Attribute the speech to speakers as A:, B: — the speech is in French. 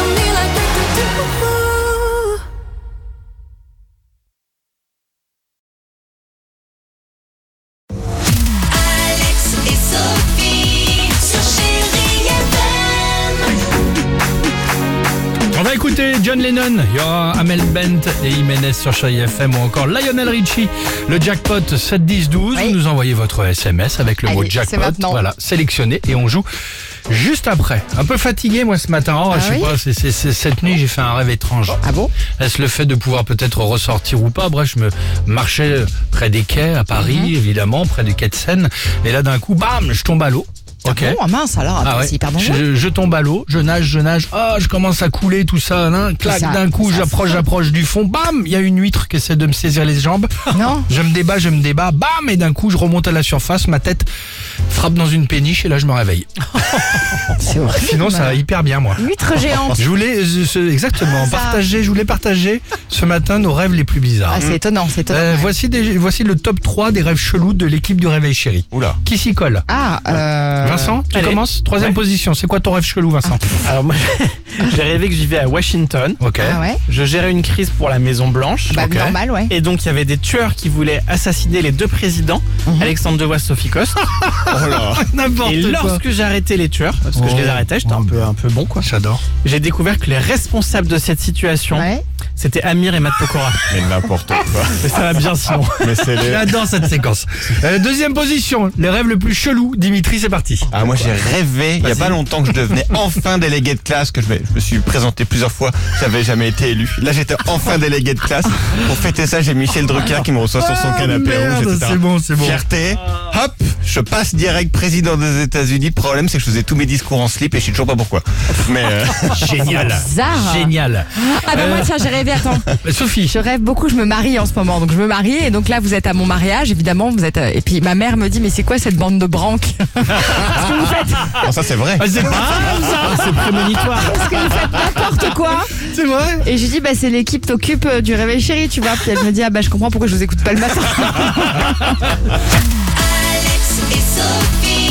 A: on me like we could do.
B: Alex et Sophie sur Chérie FM.
C: On va écouter John Lennon, il y aura Amel Bent et Jiménez sur Chérie FM ou encore Lionel Richie. Le jackpot 7-10-12,
D: Oui.
C: vous nous envoyez votre SMS avec le mot
D: Allez, c'est
C: jackpot.
D: maintenant.
C: Voilà, sélectionné et on joue juste après. Un peu fatigué moi ce matin, oh,
D: Ah
C: je sais
D: oui
C: pas, c'est- c'est- c'est- cette nuit j'ai fait un rêve étrange.
D: Ah bon
C: Est-ce le fait de pouvoir peut-être ressortir ou pas Bref, je me marchais près des quais à Paris,
D: Mm-hmm.
C: évidemment, près du quai de Seine. Et là d'un coup, bam, je tombe à l'eau. Ok.
D: Bon, ah mince alors,
C: Ah
D: attends,
C: ouais.
D: c'est hyper dangereux.
C: je, je tombe à l'eau, je nage, je nage, ah, je commence à couler, tout ça, hein, clac,
D: Ça,
C: d'un coup,
D: ça,
C: j'approche, j'approche du fond, bam, il y a une huître qui essaie de me saisir les jambes.
D: Non.
C: Je me débat, je me débat, bam, et d'un coup, je remonte à la surface, ma tête frappe dans une péniche, et là, je me réveille.
D: C'est horrible.
C: Sinon, ça va hyper bien, moi.
D: Huître géante.
C: Je voulais, euh, ce- exactement,
D: Ça.
C: partager, je voulais partager ce matin nos rêves les plus bizarres.
D: Ah, c'est étonnant, c'est étonnant.
C: Euh, voici, des- voici le top 3 des rêves chelous de l'équipe du Réveil Chéri.
E: Oula.
C: Qui s'y colle
D: Ah, euh...
C: Vincent, tu
E: allez.
C: commences Troisième position, c'est quoi ton rêve chelou,
D: Ah,
C: Vincent
E: Alors moi, j'ai rêvé que je vivais à Washington.
C: Ok.
D: Ah ouais
E: Je gérais une crise pour la Maison Blanche.
D: Bah,
C: Ok.
D: normal, ouais.
E: Et donc il y avait des tueurs qui voulaient assassiner les deux présidents, Alexandre Devois, Sophie Coste.
C: N'importe
E: Mhm. Oh et lorsque j'arrêtais les tueurs, parce que je les arrêtais, j'étais un peu un peu bon quoi.
C: J'adore.
E: J'ai découvert que les responsables de cette situation,
D: Ouais.
E: c'était Amir et Matt Pokora.
F: Mais n'importe quoi.
E: Mais ça va bien sinon.
F: Mais c'est les...
C: J'adore cette séquence. Euh, deuxième position, les rêves le plus chelou. Dimitri, c'est parti.
F: Ah, moi j'ai rêvé, il y a pas longtemps que je devenais enfin délégué de classe, que je me, je me suis présenté plusieurs fois, j'avais jamais été élu. Là j'étais enfin délégué de classe. Pour fêter ça, j'ai Michel Drucker qui me reçoit sur son
C: Ah,
F: canapé
C: merde,
F: rouge, etc.
C: c'est bon, c'est bon. Ah.
F: Fierté, hop, je passe direct président des États-Unis. Le problème c'est que je faisais tous mes discours en slip et je sais toujours pas pourquoi. Mais euh,
C: Génial.
D: Bizarre.
C: Génial.
D: Ah bah moi
C: Euh.
D: tiens, j'ai rêvé, attends.
C: Sophie.
D: Je rêve beaucoup, je me marie en ce moment, donc je me marie et donc là vous êtes à mon mariage, évidemment vous êtes. euh, Et puis ma mère me dit mais c'est quoi cette bande de branques
F: non, ça c'est vrai.
C: Ah, c'est
E: C'est prémonitoire.
D: Parce que vous faites n'importe quoi.
C: c'est vrai.
D: Et je dis bah c'est l'équipe t'occupe euh, du réveil chéri, tu vois. Puis elle me dit ah bah je comprends pourquoi je vous écoute pas le matin.
B: Alex et Sophie.